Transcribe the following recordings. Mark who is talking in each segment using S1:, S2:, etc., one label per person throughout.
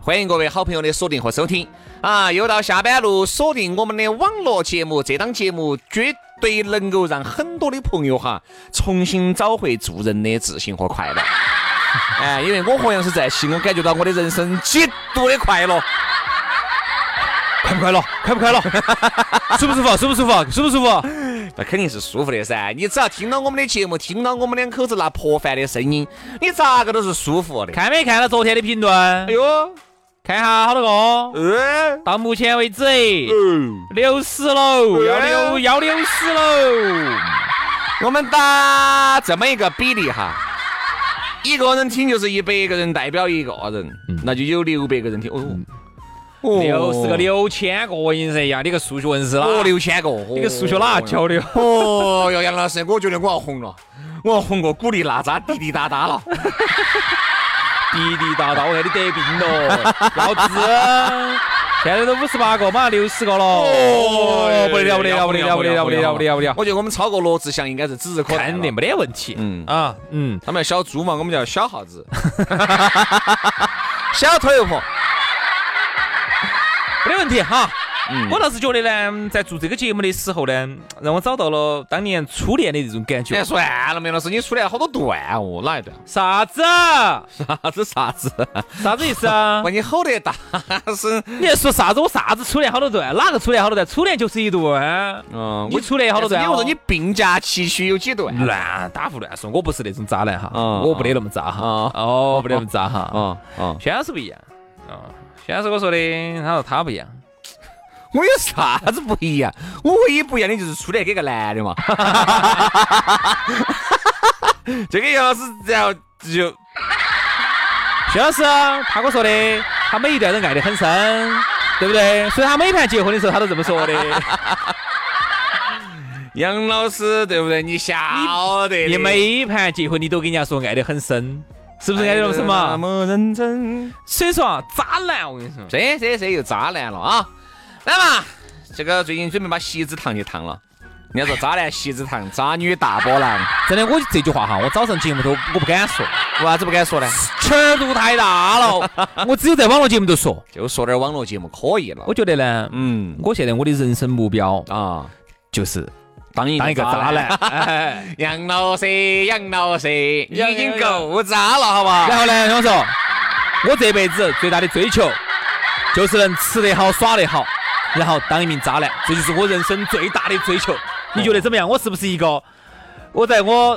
S1: 欢迎各位好朋友的锁定和收听啊！又到下班路，锁定我们的网络节目，这档节目绝对能够让很多的朋友哈重新找回做人的自信和快乐。 哎，因为我和杨是在一起，我感觉到我的人生极度的快乐。
S2: 快不快乐？快不快乐？ 舒不舒服？舒不舒服？舒不舒服？
S1: 那肯定是舒服的噻！你只要听到我们的节目，听到我们两口子那破饭的声音，你咋个都是舒服的。
S3: 看没看到昨天的评论？
S1: 哎呦，
S3: 看一下好多个。哦
S2: 哎
S1: 呃，
S3: 到目前为止，
S2: 嗯
S3: 六十喽，要
S2: 哎
S3: 六要六十喽。
S1: 我们打这么一个比例哈，一个人听就是一百个人代表一个人，那就有六百个人听。哦，哦
S3: 嗯六十个，六千个人噻呀！你个数学文是哪？
S1: 哦，六千个，
S3: 你
S1: 你
S3: 个数学哪教的？
S1: 哦哟，杨老师，我觉得我要红了，我要红过古力娜扎滴滴答答了。
S3: 滴滴答答，我看你得病 了，老子！啊现在都五十八个，马上六十个了。哦，不得了，不得了，不得了，不得了，不得了，不得了，不得了！
S1: 我觉得我们超过罗志祥应该是指日可待
S3: 肯定
S1: 了。
S3: 没得问题。
S1: 嗯
S3: 啊，嗯，
S1: 他们叫小猪嘛，我们叫小耗子， 小头婆。
S3: 没得问题哈。
S1: 嗯
S3: 我倒是觉得呢，在做这个节目的时候呢，让我找到了当年初恋的这种感
S1: 哎，
S3: 觉。
S1: 算了，梅老师，你出来好多段哦，哪一 段？
S3: 啥子？啊
S1: 啥子啥子？
S3: 啥子意思啊
S1: 把？你吼得大声。
S3: 你在说啥子？我啥子初恋好多段？哪个初恋好多段？初恋就是一段。
S1: 嗯
S3: 你初恋好多段
S1: 你
S3: 哦？
S1: 我说你病假期区有几段？
S3: 乱打胡乱说，我不是那种渣男哈，
S1: 嗯
S3: 我不得那么渣哈，
S1: 嗯
S3: 哦，我不得那么渣 哈。
S1: 啊啊！
S3: 轩老师不一样，啊，轩老师跟我说的，他说他不一样。
S1: 我有啥子不一样？我唯一不一样的就是出来给个男的嘛。 这个杨老师，然后就
S3: 轩老师啊他跟我说的，他每一段都爱得很深，对不对？所以他每盘结婚的时候，他都这么说 的。
S1: 杨老师，对不对？你晓得的
S3: 你每一盘结婚，你都跟人家说爱得很深，是不是爱哎得那么深
S1: 哎那
S3: 嘛？
S1: 么认真，
S3: 所以说啊，渣男，我跟你说，
S1: 这这这又渣男了啊！来嘛，这个最近准备把席子烫就烫了。人家说渣男席子烫，渣女大波浪，
S3: 真的，我这句话哈，我早上节目都我不敢说，
S1: 为啥子不敢说呢？
S3: 尺度太大了，我只有在网络节目都说。
S1: 就说点网络节目可以了
S3: 我。觉得呢，
S1: 嗯
S3: 我现在我的人生目标
S1: 啊，
S3: 就是
S1: 当一
S3: 当一个渣男，
S1: 男。杨老师，杨老师，你
S3: 杨
S1: 已经够渣了，好不好？
S3: 然后呢，我说，我这辈子最大的追求就是能吃得好、耍得好，然后当一名渣男，这就是我人生最大的追求。你觉得怎么样？我是不是一个？我在我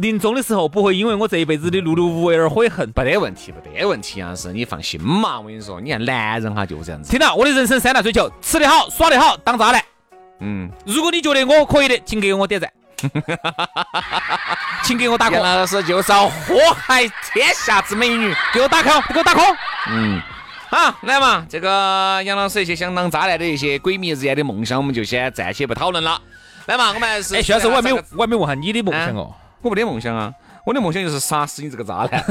S3: 临终的时候不会因为我这一辈子的碌碌无为而悔恨。
S1: 没得问题，没得问题，杨老师，你放心嘛，我跟你说，你看男人哈就是这样子。
S3: 听到我的人生三大追求：吃得好、耍得好、当渣男。
S1: 嗯，
S3: 如果你觉得我可以的，请给我点赞， 请给我打
S1: 杨
S3: call，
S1: 老师就是要祸害天下之美女。
S3: 给我打 call，给我打 call。
S1: 嗯，好，来嘛，这个杨老师一些相当渣男的一些鬼迷日眼的梦想，我们就先暂且不讨论了。来嘛，我们还是
S3: 哎，徐老师，我还没有
S1: 找个，
S3: 我还没问下你的梦想哦。
S1: 我没得梦想啊，我的梦想就是杀死你这个渣 男。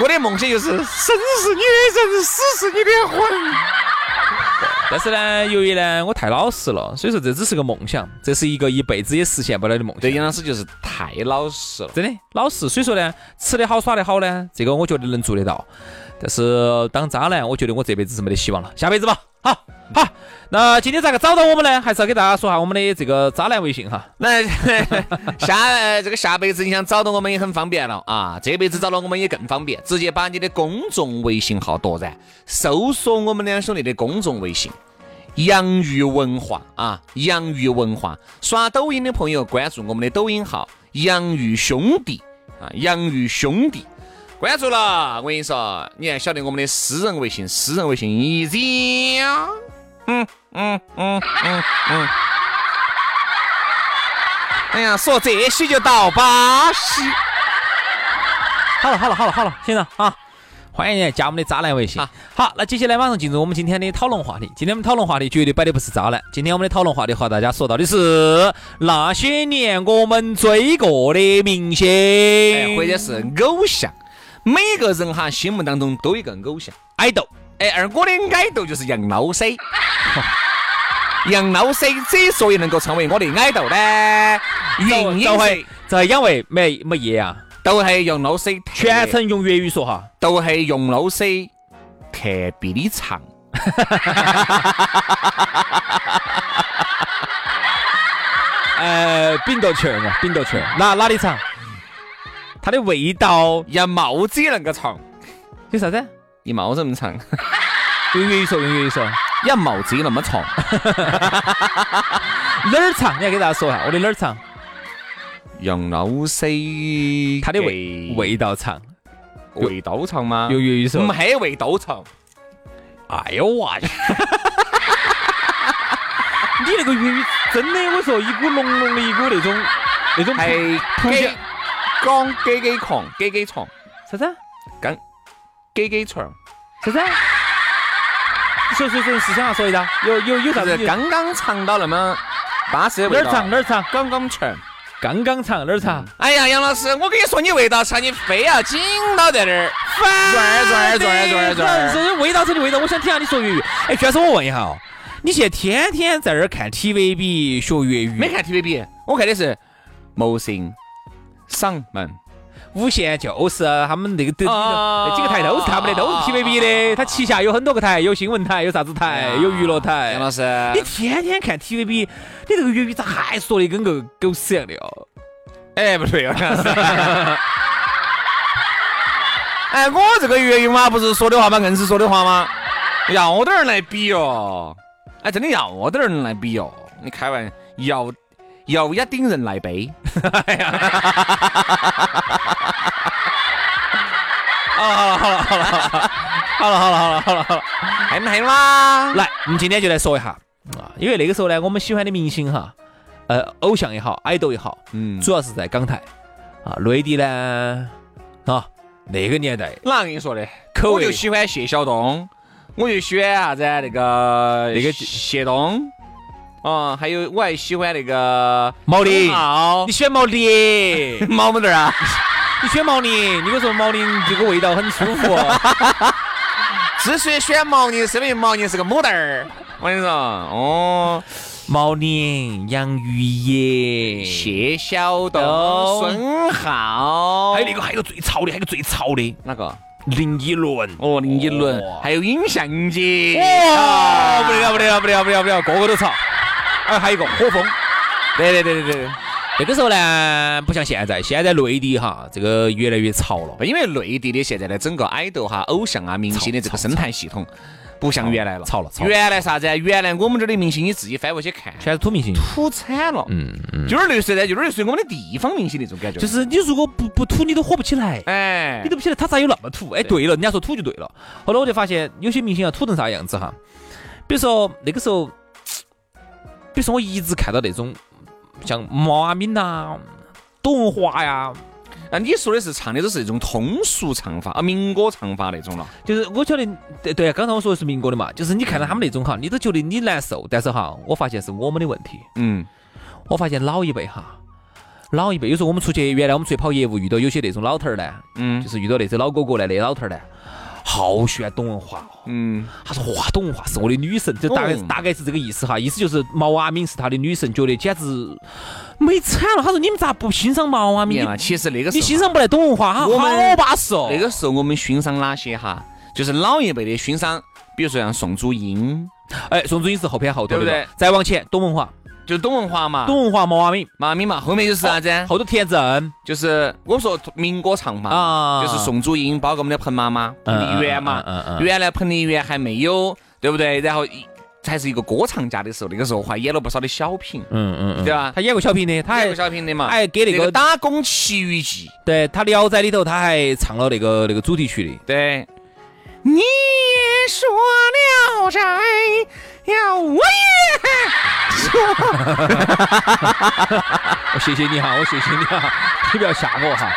S1: 我的梦想就是生是你的人，死是你的魂。
S3: 但是呢，由于呢我太老实了，所以说这只是个梦想，这是一个一辈子也实现不了的梦
S1: 对，
S3: 想。
S1: 杨老师就是太老实了。
S3: 真的老实，所以说呢，吃得好耍得好呢，这个我觉得能做得到。但是当渣男，我觉得我这辈子是没得希望了，下辈子吧。好，好，那今天咋个找到我们呢？还是要给大家说下我们的这个渣男微信哈。
S1: 那 下呃这个下辈子你想找到我们也很方便了啊，这辈子找到我们也更方便，直接把你的公众微信号夺然，搜索我们两兄弟的公众微信。洋芋文化啊，洋芋文化，刷抖音的朋友关注我们的抖音号“洋芋兄弟”啊，“洋芋兄弟”，关注了，我跟你说，你还晓得我们的私人微信，私人微信 easy，嗯嗯嗯嗯嗯，哎呀，说这些就到巴西
S3: 好了好了好了好了，先生啊，欢迎加我们的渣男微信。
S1: 啊
S3: 好，那接下来马上进入我们今天的讨论话题。今天我们讨论话题绝对摆的不是渣男，今天我们的讨论话题和大家说到的是那些年我们追过的明星，
S1: 哎，或者是偶像，每个人哈心目当中都有一个偶像爱豆。哎，而我的爱豆就是杨老师。杨老师之所以能够成为我的爱豆呢，原因
S3: 都
S1: 是
S3: 会这因为没没业啊，
S1: 都是杨老师特
S3: 全程用粤语说哈。
S1: 都是杨老师特别的长。
S3: 呃，饼豆圈啊，饼豆圈，哪哪里长？它的味道
S1: 杨帽子也能够长，
S3: 有啥子？
S1: 你帽子那么长，
S3: 用粤语说，用粤语说，
S1: 杨帽子也那么长，
S3: 哪儿长？你要给大家说一下，我的哪儿长？
S1: 杨老 师
S3: 它的味味道长，
S1: 味道长吗？
S3: 用粤语说。
S1: 没黑味道长。
S3: 哎呦我去！你那个粤语真的，我说一股浓浓的一股那种那种
S1: 还给讲给给狂，给给床，
S3: 啥子啊
S1: 跟给给床，
S3: 啥子啊？你说说说，你私下说一下，有有有啥
S1: 就
S3: 子
S1: 是？刚刚尝到那么巴适的味
S3: 哪儿
S1: 道。
S3: 长哪儿长？
S1: 刚刚尝。
S3: 刚刚长哪儿长？
S1: 哎呀，杨老师，我跟你说，你味道差，你非要紧到在这儿。
S3: 转
S1: 转转转转
S3: 说味道，这的味道，我想听下你说粤语。哎，徐老师，我问一下哦，你现在天天在这儿看 TVB 学粤语，
S1: 没看 TVB，我看的是《谋生上门》。
S3: 无线就是他们那个都
S1: 哦
S3: 那几个台都是他们的，都是 TVB 的，它旗下有很多个台，有新闻台，有啥子台，有娱乐台
S1: 杨。老师，
S3: 你天天看 TVB，你这个粤语咋还说的跟个狗屎一样的哦？
S1: 哎，不对，杨老师。哎，我这个粤语嘛，不是说的话嘛，硬是说的话吗？要得人来比哦，哎，真的要得人来比哦。你开玩要要一顶人来背， 哦
S3: 好了好了好了好了好了，
S1: 还没还吗？
S3: 来，我们今天就来说一下啊，因为那个时候呢，我们喜欢的明星哈，呃，偶像也好，爱豆也好，
S1: 嗯，
S3: 主要是在港台啊，内地呢啊那个年代
S1: 哪跟你说的？
S3: 口
S1: 我
S3: 味
S1: 就喜欢谢晓东，我就喜欢啥子啊那个
S3: 那个
S1: 谢东，嗯，还有我还喜欢那个
S3: 毛宁
S1: 孔浩
S3: 你选毛宁，你
S1: 毛毛豆儿啊，
S3: 选毛宁，你跟我说毛宁这个味道很舒服，哦
S1: 之所以选毛宁，是因为毛宁是个母蛋儿。我跟你说，哦，
S3: 毛宁、杨钰莹，
S1: 谢晓东、孙浩，
S3: 还有那个还有个最潮的，还有个最潮的
S1: 哪个？
S3: 林依轮，
S1: 哦，林依轮，还有尹相杰。啊
S3: 哇，不得了不得了不得了不得了不得了，个个都潮，哎，还有一个火风。
S1: 对对对对对，
S3: 那个时候呢，不像现在，现在内地哈，这个越来越潮了。
S1: 因为内地的现在的整个爱豆哈、偶像啊、明星的这个生态系统，不像原来了，
S3: 吵了吵了
S1: 原来啥子啊？原来我们这儿的明星，你自己翻过去看，
S3: 全是土明星，
S1: 土惨了。嗯嗯，就是类似的，就是类似于我们的地方明星那种感觉。
S3: 就，是你如果不不土，你都火不起来。
S1: 哎
S3: 你，都不晓得他咋有那么土？哎，对了，人家说土就对了。后来我就发现有些明星要啊土成啥样子哈，比如说那个时候，比如说我一直看到那种像毛阿敏呐、啊董文华呀，
S1: 那啊你说的是唱的都是那种通俗唱法啊，民歌唱法那种了。
S3: 就是我觉得对对，刚才我说的是民国的嘛，就是你看到他们那种哈，你都觉得你难受，但是哈，我发现是我们的问题。
S1: 嗯，
S3: 我发现老一辈哈，老一辈有时候我们出去，原来我们出去跑业务，遇到有些那种老头儿呢，
S1: 嗯
S3: 就是遇到那些老哥哥呢，那老头儿呢，好喜欢董文华哦。
S1: 嗯，
S3: 他说哇，董文华是我的女神，就大概是、
S1: 哦
S3: 大概是这个意思哈，意思就是毛阿敏是他的女神，觉得简直美惨了。他说你们咋不欣赏毛阿
S1: 啊你
S3: 敏
S1: 看？嘛，其实那个
S3: 你
S1: 时
S3: 你欣
S1: 候，
S3: 赏不来董文华哈，
S1: 我们
S3: 好巴适哦。
S1: 那个时候我们欣赏哪些哈？就是老一辈的欣赏，比如说像宋祖英、
S3: 哎，宋祖英是后排后头的
S1: 对不对？
S3: 再往前，董文华，
S1: 就是董文华嘛，
S3: 董文华毛阿敏，
S1: 妈咪嘛，后面就是啥子？
S3: 后头田震，
S1: 就是我们说民歌唱嘛，
S3: 啊
S1: 就是宋祖英，包括我们的彭妈妈、彭
S3: 嗯
S1: 丽媛嘛
S3: 嗯嗯嗯，嗯
S1: 原来彭丽媛还没有，对不对？然后一还是一个歌唱家的时候，那个时候还演了不少的小品，
S3: 嗯嗯嗯
S1: 对吧？
S3: 他演过小品的，他
S1: 还有
S3: 还
S1: 个小品的嘛，
S3: 还给那
S1: 那
S3: 个
S1: 个《打工奇遇记》，
S3: 对他《聊斋》里头他还唱了那个那个主题曲的。
S1: 对。你也说聊斋，呀，我也说。
S3: 我谢谢你哈，我谢谢你 哈，你不要吓我哈。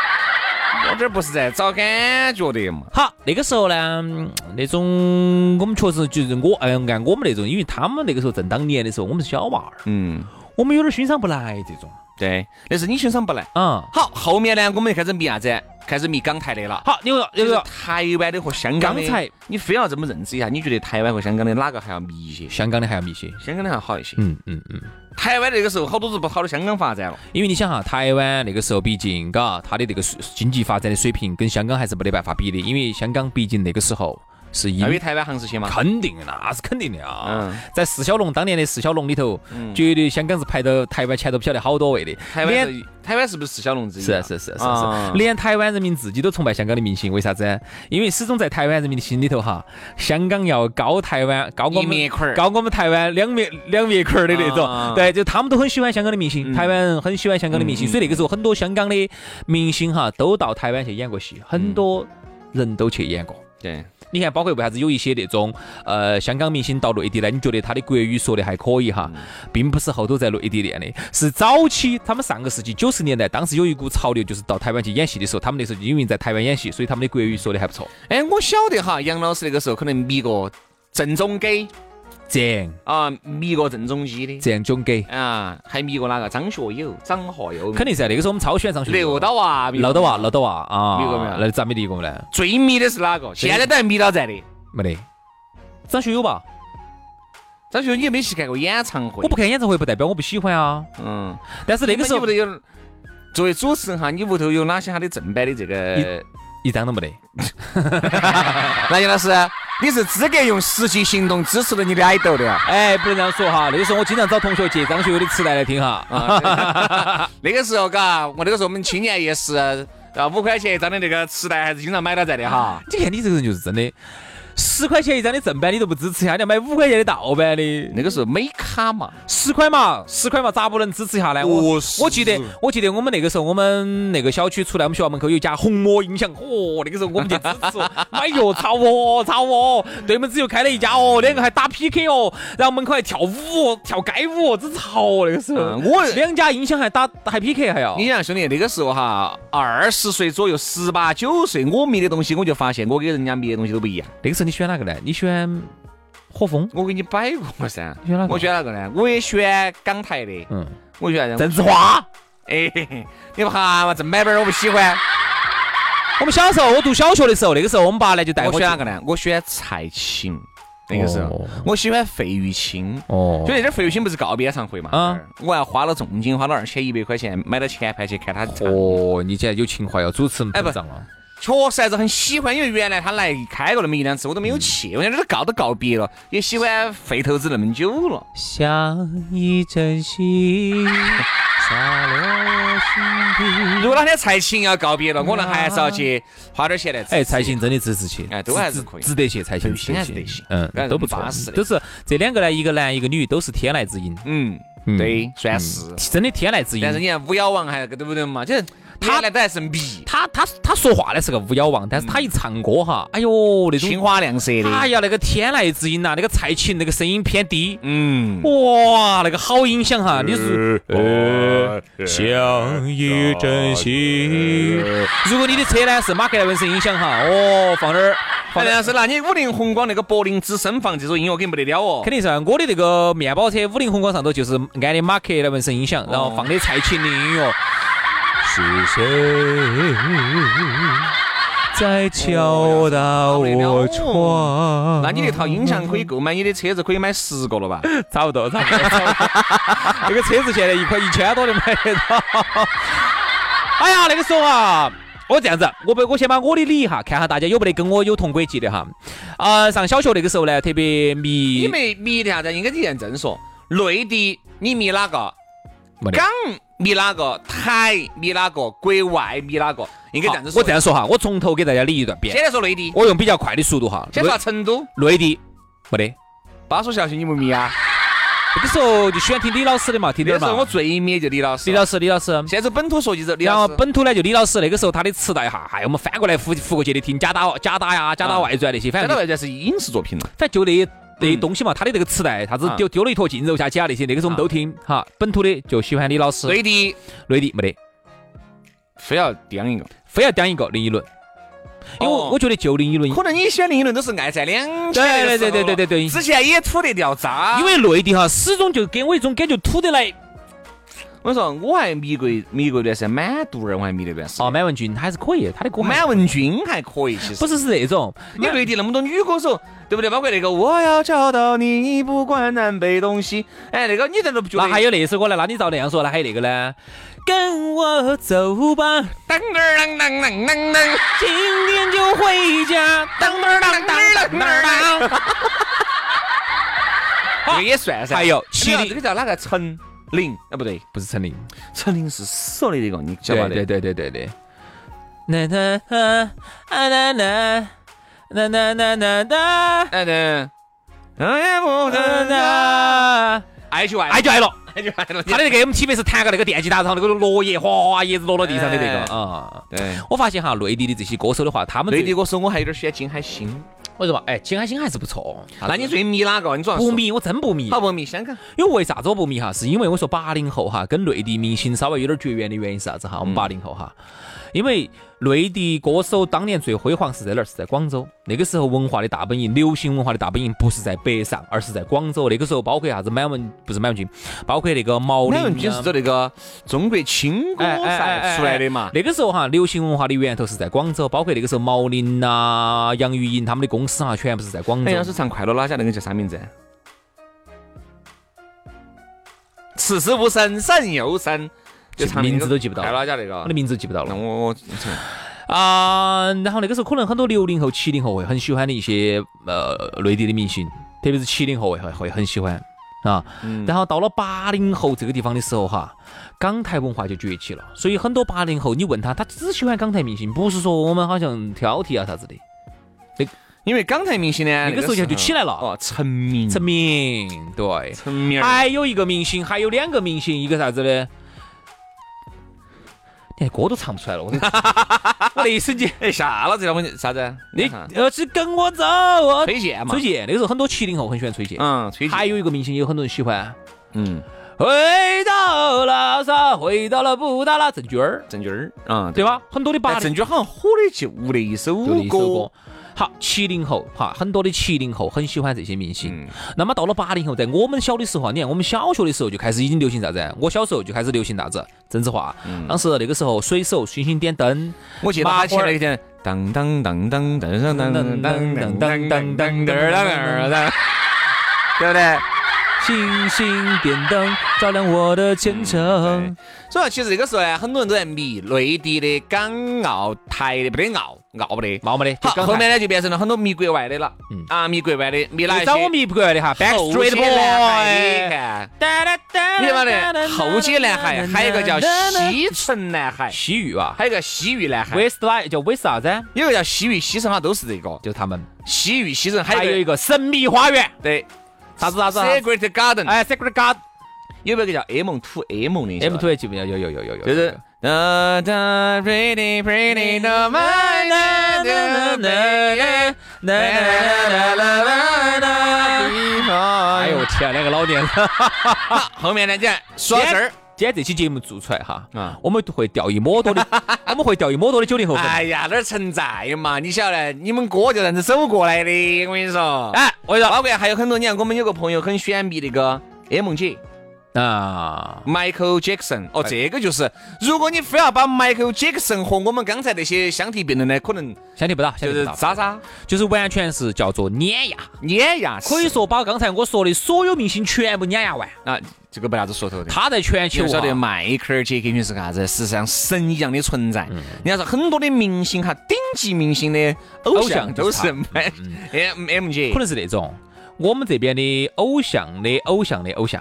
S1: 我这不是在找感觉的嘛？
S3: 好，那个时候呢，嗯那种我们确实就是我，哎，按我们那种，因为他们那个时候正当年的时候，我们是小娃儿，
S1: 嗯，
S3: 我们有点欣赏不来这种
S1: 对，但是你欣赏不来。
S3: 啊。
S1: 好，后面呢，我们就开始迷啥子？开始迷港台的了。
S3: 好，你说那
S1: 就是
S3: 个
S1: 台湾的和香港的，
S3: 刚才
S1: 你非要这么认知一下，你觉得台湾和香港的哪个还要迷一些？
S3: 香港的还要密些，
S1: 香港的还好一些。
S3: 嗯嗯嗯，
S1: 台湾那个时候好多是不跑到香港发展了。
S3: 因为你想哈，台湾那个时候毕竟，嘎，它的这个水经济发展的水平跟香港还是没得办法比的，因为香港毕竟那个时候是英
S1: 要比台湾行时些嘛？
S3: 肯定的，那是肯定的啊！
S1: 哎嗯
S3: 在四小龙当年的四小龙里头，绝对香港是排到台湾前头不晓得好多位的。
S1: 台湾
S3: 连
S1: 是台湾是不是四小龙之一
S3: 是
S1: 啊？
S3: 啊是啊是啊是啊
S1: 啊
S3: 是，连台湾人民自己都崇拜香港的明星，为啥子？因为始终在台湾人民的心里头哈，香港要高台湾，高我
S1: 一
S3: 们
S1: 面块儿
S3: 高我们台湾两面两面块儿的那种。
S1: 啊
S3: 对，就他们都很喜欢香港的明星，台湾人很喜欢香港的明星，所以那个时候很多香港的明星哈都到台湾去演过戏，很多人都去演过。
S1: 对，
S3: 你看，包括为啥子有一些那种呃香港明星到内地来，你觉得他的国语说的还可以
S1: 啊嗯
S3: 哈，并不是后头在内地练的，是早期他们上个世纪九十年代，当时有一股潮流，就是到台湾去演戏的时候，他们那时候就因为在台湾演戏，所以他们的国语说的还不错。
S1: 哎，我晓得哈，杨老师那个时候可能迷过郑中基
S3: 这样
S1: 啊，迷过郑中基的
S3: 这样囧给，
S1: 啊，还迷过哪个张学友、张学友、
S3: 肯定是啊那个时候我们超喜欢上学
S1: 刘德华、迷过
S3: 老德华，老德华啊，
S1: 迷过没有
S3: 那咋没得过呢？
S1: 最迷的是哪个？现在都还迷到在的。
S3: 没得，张学友吧？
S1: 张学友，你有没有去看过演唱会？
S3: 我不看演唱会不代表我不喜欢啊，
S1: 嗯，
S3: 但是那个时
S1: 你
S3: 候
S1: 屋头有作为主持人哈，你屋头有哪些他的正版的这个？
S3: 一张都没得。
S1: 那杨老师，你是资格用实际行动支持了你的爱豆的啊？
S3: 哎，不能这样说哈，那个时候我经常找同学借张学友的磁带来听哈。
S1: 啊那个时候，嘎，我那个时候我们青年夜市啊，五块钱一张的那个磁带还是经常买到在的哈。
S3: 你看你这个人就是真的，十块钱一张的正版你都不支持一下，你要买五块钱的盗版的，
S1: 那个时候美卡嘛，
S3: 十块嘛，十块嘛，咋不能支持一下呢？我
S1: 我哦是
S3: 我记得我记得我们那个时候，我们那个小区出来，我们学校门口有一家红魔音响，哦，那个时候我们就支持哦，买哟，操哦，操哦，对门子又开了一家哦，两个还打 PK 哦，然后门口还跳舞哦，跳街舞哦，真潮哦，那个时候
S1: 嗯，我
S3: 两家音响还打还 PK 还要
S1: 你，想兄弟，那个时候哈，二十岁左右，十八九岁，我迷的东西，我就发现我跟人家迷的东西都不一样。
S3: 那个时候你选哪个呢？你选火风，
S1: 我给你摆过了噻，
S3: 选哪个
S1: 我选哪个呢？我也选港台的，
S3: 嗯，
S1: 我选啥子
S3: 郑智化。
S1: 哎， 你怕嘛？正版本我不喜欢。
S3: 我们小时候，我读小学的时候，那个时候我们爸呢就带
S1: 我
S3: 我
S1: 选哪
S3: 去
S1: 个呢？我选蔡琴，那个时候
S3: 哦
S1: 我喜欢费玉清。
S3: 哦
S1: 就那点费玉清不是告别演唱会嘛？
S3: 啊
S1: 我还花了重金，花了二千一百块钱买了前排去看他唱。
S3: 哦，你现在有情怀要主持人
S1: 哎不
S3: 上了。
S1: 确实还是很喜欢，因为原来他来开过那么一两次，我都没有去。我想这都告都告别了，也喜欢费头子那么久了。
S3: 像一阵夕洒落心
S1: 如果哪天蔡琴要告别了，我那还是要去花点钱 来支持。
S3: 哎，蔡琴真的值得去，
S1: 哎都还是可以
S3: 值值得去，蔡琴
S1: 对
S3: 值
S1: 现
S3: 得
S1: 在是得
S3: 去
S1: 去，
S3: 嗯
S1: 但，是
S3: 都不错
S1: 巴适，的
S3: 都是这两个呢，一个男一个女，都是天籁之音，
S1: 嗯，
S3: 嗯
S1: 对，算是。
S3: 真的天籁之
S1: 但是
S3: 音。
S1: 你看巫妖王还对不对嘛？就是他来都还是迷，
S3: 他他他说话呢是个巫妖王，但是他一唱歌哈，哎呦那
S1: 青
S3: 种，
S1: 花亮色
S3: 哎
S1: 嗯的。
S3: 呀那个天籁之音啊呐，那个蔡琴那个声音偏低，
S1: 嗯，
S3: 哇，那个好影响哈！你是
S1: 哎
S3: 呃，像一阵夕。如果你的车呢是马克莱文斯音响哈，哦，放点儿，放
S1: 反
S3: 点儿
S1: 哎正。是那你五菱宏光那个柏林之声放这首音乐肯定没得了哦
S3: 肯。定是啊我的那个面包车五菱宏光上头就是安的马克莱文斯音响，然后放的蔡琴的音乐。哦是谁在敲打我窗？
S1: 那你那套音响可以购买，你的车子可以买十个了吧？
S3: 差不多，差不多。那个车子现在一块一千多的买得到。哎呀，那个时候啊，我这样子，我不我先把我的理一下，看下大家有没得跟我有同轨迹的哈。啊、上小学那个时候呢，特别迷啊
S1: 你没迷的啥子？应该你认真说，内地你迷哪个？
S3: 没得
S1: 港迷哪个？台迷哪个？国外迷哪个？应该这样子
S3: 好
S1: 说。
S3: 我这样说哈，我从头给大家理一段
S1: 先
S3: 遍，
S1: 来说内地，
S3: 我用比较快的速度哈。
S1: 先说成都，
S3: 内内地没得，
S1: 巴蜀校区你不迷啊？
S3: 那个时候就喜欢听李老师的嘛，听
S1: 那
S3: 点
S1: 时
S3: 嘛
S1: 候。我最迷就李老师。
S3: 李老师，李老师。
S1: 现在是本土说起走，李
S3: 然后
S1: 老师。
S3: 本土呢，就李老师那个时候他的磁带哈，哎，我们翻过来覆覆过去的听，假打假打呀，假打
S1: 啊
S3: 外传那些，反
S1: 现
S3: 正
S1: 在
S3: 就
S1: 外传是影视作品了，
S3: 反正就那那些
S1: 嗯
S3: 东西嘛，他的那个磁带，啥子
S1: 啊
S3: 丢丢了一坨进肉下去啊那些，那个时候我们都听哈。本土的就喜欢李老师，
S1: 内地
S3: 内地没得，
S1: 非要掂一个。
S3: 非要当一个林依轮，因为我
S1: 哦
S3: 我觉得就林依轮，
S1: 可能你选林依轮都是爱在两千
S3: 对对对对对对对
S1: 之前也土得掉渣。
S3: 因为内地哈始终就给我一种感觉土得来。
S1: 我跟你说，我还迷过一迷过一段时间，满肚儿我还迷了一段时
S3: 哦，
S1: 间。
S3: 满文军还是可以，他的歌还
S1: 满文军还可以，其实
S3: 不是是那种，
S1: 你内地那么多女歌手，对不对？包括那个我要找到你，不管南北东西。哎，那个你在那不觉得？
S3: 那还有那首歌呢？那你照那样说，那还有那个呢？跟我走吧，
S1: 当当当当当当当，
S3: 今天就回家。
S1: 当当当当当当当。这个也算噻。
S3: 还有
S1: 这
S3: 麒
S1: 个
S3: 麟
S1: 这个叫哪个陈琳？啊，不对，
S3: 不是陈琳，
S1: 陈琳是死了的一个，你晓
S3: 对
S1: 得吧？
S3: 对对对对对。呐呐呐呐呐呐呐呐呐呐呐
S1: 哎对。哎呀，我
S3: 呐
S1: 的
S3: 呐，
S1: 爱就爱，
S3: 爱就爱了。
S1: 爱就爱了。
S3: 他的那个 MTV 是弹个那个电吉他，然后那个落叶哗哗叶子落到地上的那个
S1: 哎
S3: 啊。
S1: 对，
S3: 我发现哈，内地的这些歌手的话，他们
S1: 内
S3: 最
S1: 地，歌手我还有点喜欢金海心。
S3: 我说嘛，哎，金海心还是不错。
S1: 那你最迷哪个？你主要
S3: 不
S1: 说？
S3: 迷？我真不迷。
S1: 好不迷香港？啊
S3: 因为为啥子我不迷哈？是因为我说八零后哈，跟内地明星稍微有点绝缘的原因是啥
S1: 嗯
S3: 子哈？我们八零后哈，因为内地歌手当年最辉煌是在哪儿？是在广州。那个时候文化的大本营，流行文化的大本营不是在北上，而是在广州。那个时候包括啥子满文，不是满文军，包括那个毛
S1: 满
S3: 宁
S1: 文军是
S3: 啊
S1: 走那个中国青歌赛出来的嘛？
S3: 那个时候哈，流行文化的源头是在广州，包括那个时候毛宁呐、杨钰莹他们的公司哈，全部是在广州。
S1: 哎，杨是唱《快乐拉家》那个叫啥名字？此时无声胜有声，就唱那个
S3: 名字都记不到
S1: 快乐拉家那
S3: 我
S1: 个
S3: 的。名字记不到了
S1: 那。我我
S3: 啊、然后那个时候可能很多六零后、七零后会很喜欢的一些呃内地的明星，特别是七零后会会会很喜欢啊。然后到了八零后这个地方的时候哈，港台文化就崛起了，所以很多八零后你问他，他只喜欢港台明星，不是说我们好像挑剔啊啥子的。
S1: 因为港台明星呢，
S3: 哎那个时候就就起来了
S1: 哦，陈明，
S3: 陈明，哎对，
S1: 陈明儿，
S3: 还有一个明星，还有两个明星，一个啥子呢？连歌都 唱不出来了，我我那一瞬间，
S1: 哎，啥了这条问题啥子？
S3: 你
S1: 看
S3: 呃是跟我走，我
S1: 崔健嘛
S3: 崔？健那个时候很多七零后很喜啊欢崔健，
S1: 嗯，崔健，
S3: 还有一个明星也有很多人喜欢，
S1: 嗯，
S3: 回到拉萨，回到了布达拉，郑钧哎儿，
S1: 郑钧儿，嗯，
S3: 对吧？很多的八
S1: 但
S3: 零
S1: 郑钧好像火的就无的一首
S3: 就那一首
S1: 歌
S3: 歌，。好，七零后哈，很多的七零后很喜欢这些明星。
S1: 嗯
S3: 那么到了八零后，在我们小的时候啊，你看我们小学的时候就开始已经流行啥子啊？我小时候就开始流行啥子？郑智化。当时那个时候，水手、星星点灯，
S1: 我记得他前那天，当当当当当当当当当当当当当当当，对不对？
S3: 星星点灯，照亮我的前程。
S1: 所以其实这个时候呢，很多人都在迷内地的港澳台的，不得澳澳不得。
S3: 冇没得，就
S1: 好，
S3: 刚
S1: 后
S3: 才
S1: 面呢就变成了很多迷国外的了，
S3: 嗯
S1: 啊，迷国外的，迷哪一些？
S3: 找我迷不过来的哈
S1: 后
S3: ，Backstreet
S1: 街男孩你
S3: Boy。
S1: 看，
S3: 你
S1: 你晓得后街男 孩，还有一个叫西城男孩，
S3: 西域吧
S1: 还有一个西域男孩，
S3: ，West Light 叫 West 啥子？
S1: 有一个叫西域西城，好像都是这个，
S3: 就是他们。
S1: 西域西城，
S3: 还
S1: 还
S3: 有
S1: 有
S3: 一
S1: 一个
S3: 个神秘花园，
S1: 对
S3: 啥子啥子？
S1: Secret Garden，
S3: 哎，Secret God
S1: 有没有一个叫 M to M 的
S3: M 2 A 记哎不记得？有有有有有，哎
S1: 就是 Da da pretty pretty no my da da da da
S3: 哎呦
S1: 哎呦
S3: 我
S1: 我
S3: 天，两个老 年人。
S1: 后面呢，这样说到这儿，
S3: 今天这期节目做出来哈
S1: 啊，
S3: 我们会掉一抹多的， 我们会掉一抹多的九零后粉。
S1: 哎呀，哪儿存在嘛？你晓得，你们哥就这样子走过来的，我跟你说。哎，我跟你说，包括还有很多，你看我们有个朋友很喜欢迷那个 M 哎姐
S3: 啊，
S1: Michael Jackson。哦，这个就是，如果你非要把 Michael Jackson 和我们刚才那些相提并论呢，可能
S3: 相信不到，相
S1: 就
S3: 信
S1: 是
S3: 不到，
S1: 渣渣
S3: 就是完全是叫做碾压。
S1: 碾压式，
S3: 可以说把刚才我说的所有明星全部碾压完。
S1: 啊，这个没啥子说头的。
S3: 他在全
S1: 你
S3: 球
S1: 要
S3: 啊
S1: 晓得迈克尔·杰克逊是啥子？是像神一样的存在。
S3: 嗯
S1: 你要说很多的明星哈，顶级明星的偶
S3: 偶
S1: 像
S3: 像
S1: 都
S3: 就是是
S1: M M
S3: 可
S1: J，
S3: 能是那种我们这边的偶像的偶像的偶像。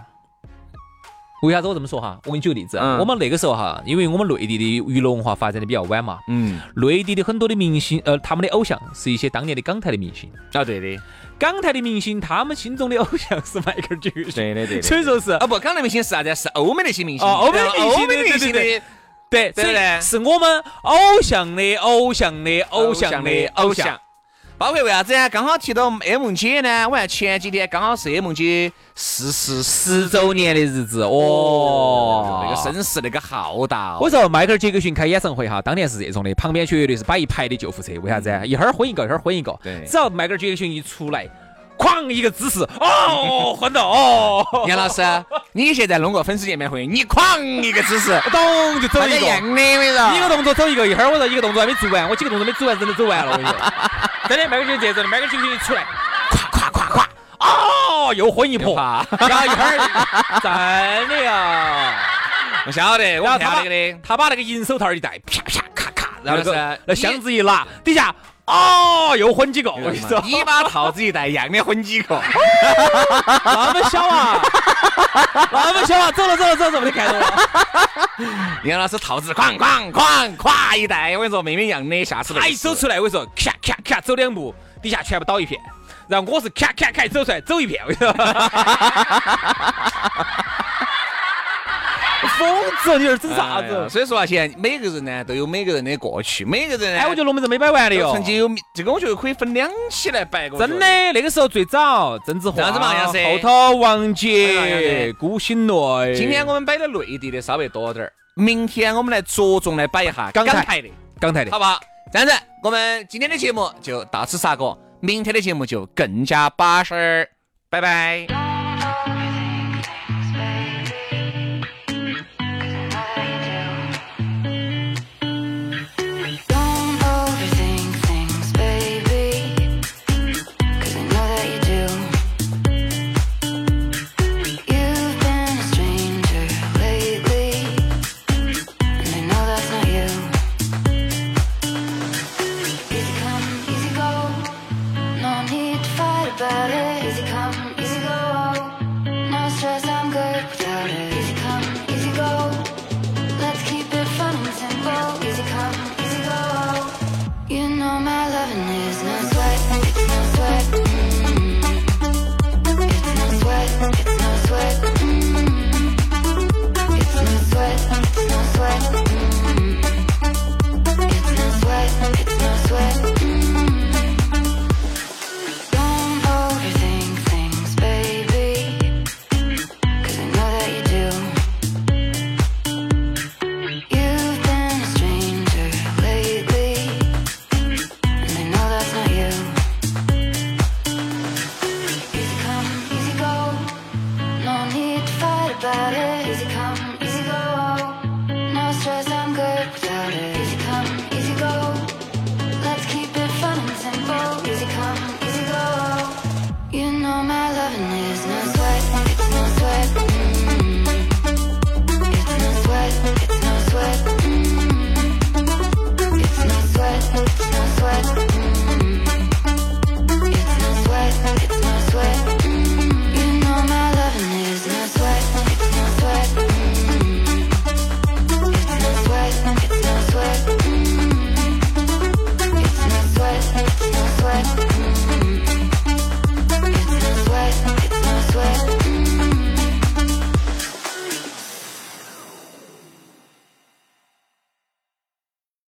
S3: 为啥子我这么说哈？我给你举个例子啊，
S1: 嗯
S3: 我们那个时候哈，因为我们内地的娱乐文化发展的比较晚嘛，
S1: 嗯，
S3: 内地的很多的明星，呃，他们的偶像是一些当年的港台的明星，
S1: 啊对的，
S3: 港台的明星他们心中的偶像是迈克尔·杰克逊，
S1: 对的对的
S3: 所以说是呃
S1: 啊不，刚才明星是啥子？是欧美那些明星，哎
S3: 哦欧美的明星
S1: 欧美的
S3: 对
S1: 明
S3: 对
S1: 星
S3: 对
S1: 的
S3: 对，
S1: 对
S3: 所以
S1: 嘞
S3: 是我们偶像的偶像的偶像的偶像。。
S1: 包括为啥子呢？刚好提到 M 姐呢，我看前几天刚好是 M 姐逝世
S3: 十
S1: 十
S3: 周年的日子哦，
S1: 那个声势那个浩大哦，
S3: 我说迈克尔·杰克逊开演唱会哈，当年是这种的，旁边绝对是摆一排的救护车，为啥子啊？一会儿昏一个，一会儿昏一个。
S1: 嗯对
S3: 只要迈克尔·杰克逊一出来，哐一个姿势，哦，昏了，哦，
S1: 杨老师，你现在弄个粉丝见面会，你哐一个 姿势，
S3: 咚就走
S1: 大
S3: 一
S1: 家一
S3: 个，
S1: 样的，我跟你说
S3: 一个动作走一个，一会儿我说一个动作还没做完，我几个动作没做完，真的走完了，我跟你说，真的迈克尔·杰克逊这种的，迈克尔·杰克逊一出来，咵咵咵咵，哦，又昏一泼，然后一会儿，真的呀。
S1: 我晓得，我
S3: 然后
S1: 看
S3: 他把
S1: 那个的，
S3: 他把那个银手套一戴，啪啪咔咔，然后那
S1: 那是
S3: 个那箱子一拿，底下哦又混几个， 我跟你说，
S1: 你把套子一戴，一样的混几 个，
S3: 那么小啊，那么小啊，走了走了走了，没得看到 我，
S1: 杨老师套子哐哐哐咵一戴，我跟你说，妹妹一样的，下次
S3: 他
S1: 累
S3: 一
S1: 死
S3: 哎走出来，我跟你说，咔咔咔走两步，底下全部倒一片，然后我是咔咔咔走出来走一片，我跟你说， 疯子，你这儿整啥
S1: 哎呀
S3: 子？
S1: 所以说啊，现在每个人呢都有每个人的过去，每个人呢，
S3: 哎，我觉得龙门阵没摆完的
S1: 都
S3: 哟
S1: 曾。经有这个，我觉得可以分两期来摆过。
S3: 真的，那个时候最早郑智
S1: 这
S3: 化，
S1: 样子嘛杨师
S3: 后头王
S1: 哎呀杨
S3: 杰
S1: 师、
S3: 古新乐。
S1: 今天我们摆的内地的稍微多点儿，明天我们来着重来摆一下
S3: 港台
S1: 的，
S3: 港台的
S1: 好，不好？这样子，我们今天的节目就到此杀过，明天的节目就更加巴适儿，拜拜。
S4: Don't overthink things, baby. 'Cause I know that you do. You've been a stranger lately, and I know that's not you. Easy come, easy go. No need to fight about it. Easy come, easy go. No stress, I'm good without it. Easy come, easy go. Let's keep it fun and simple. Easy come, easy go. You know my loving is no sweat, it's no sweat. mm. It's no sweat, it's no sweat. mm. It's no sweat, it's no sweat. mm. It's no sweat, it's no sweat. mm. Don't overthink things, baby. 'Cause I know that you do. You've been a stranger lately, and I know that's not you. Easy come, easy go. No need to fight about it.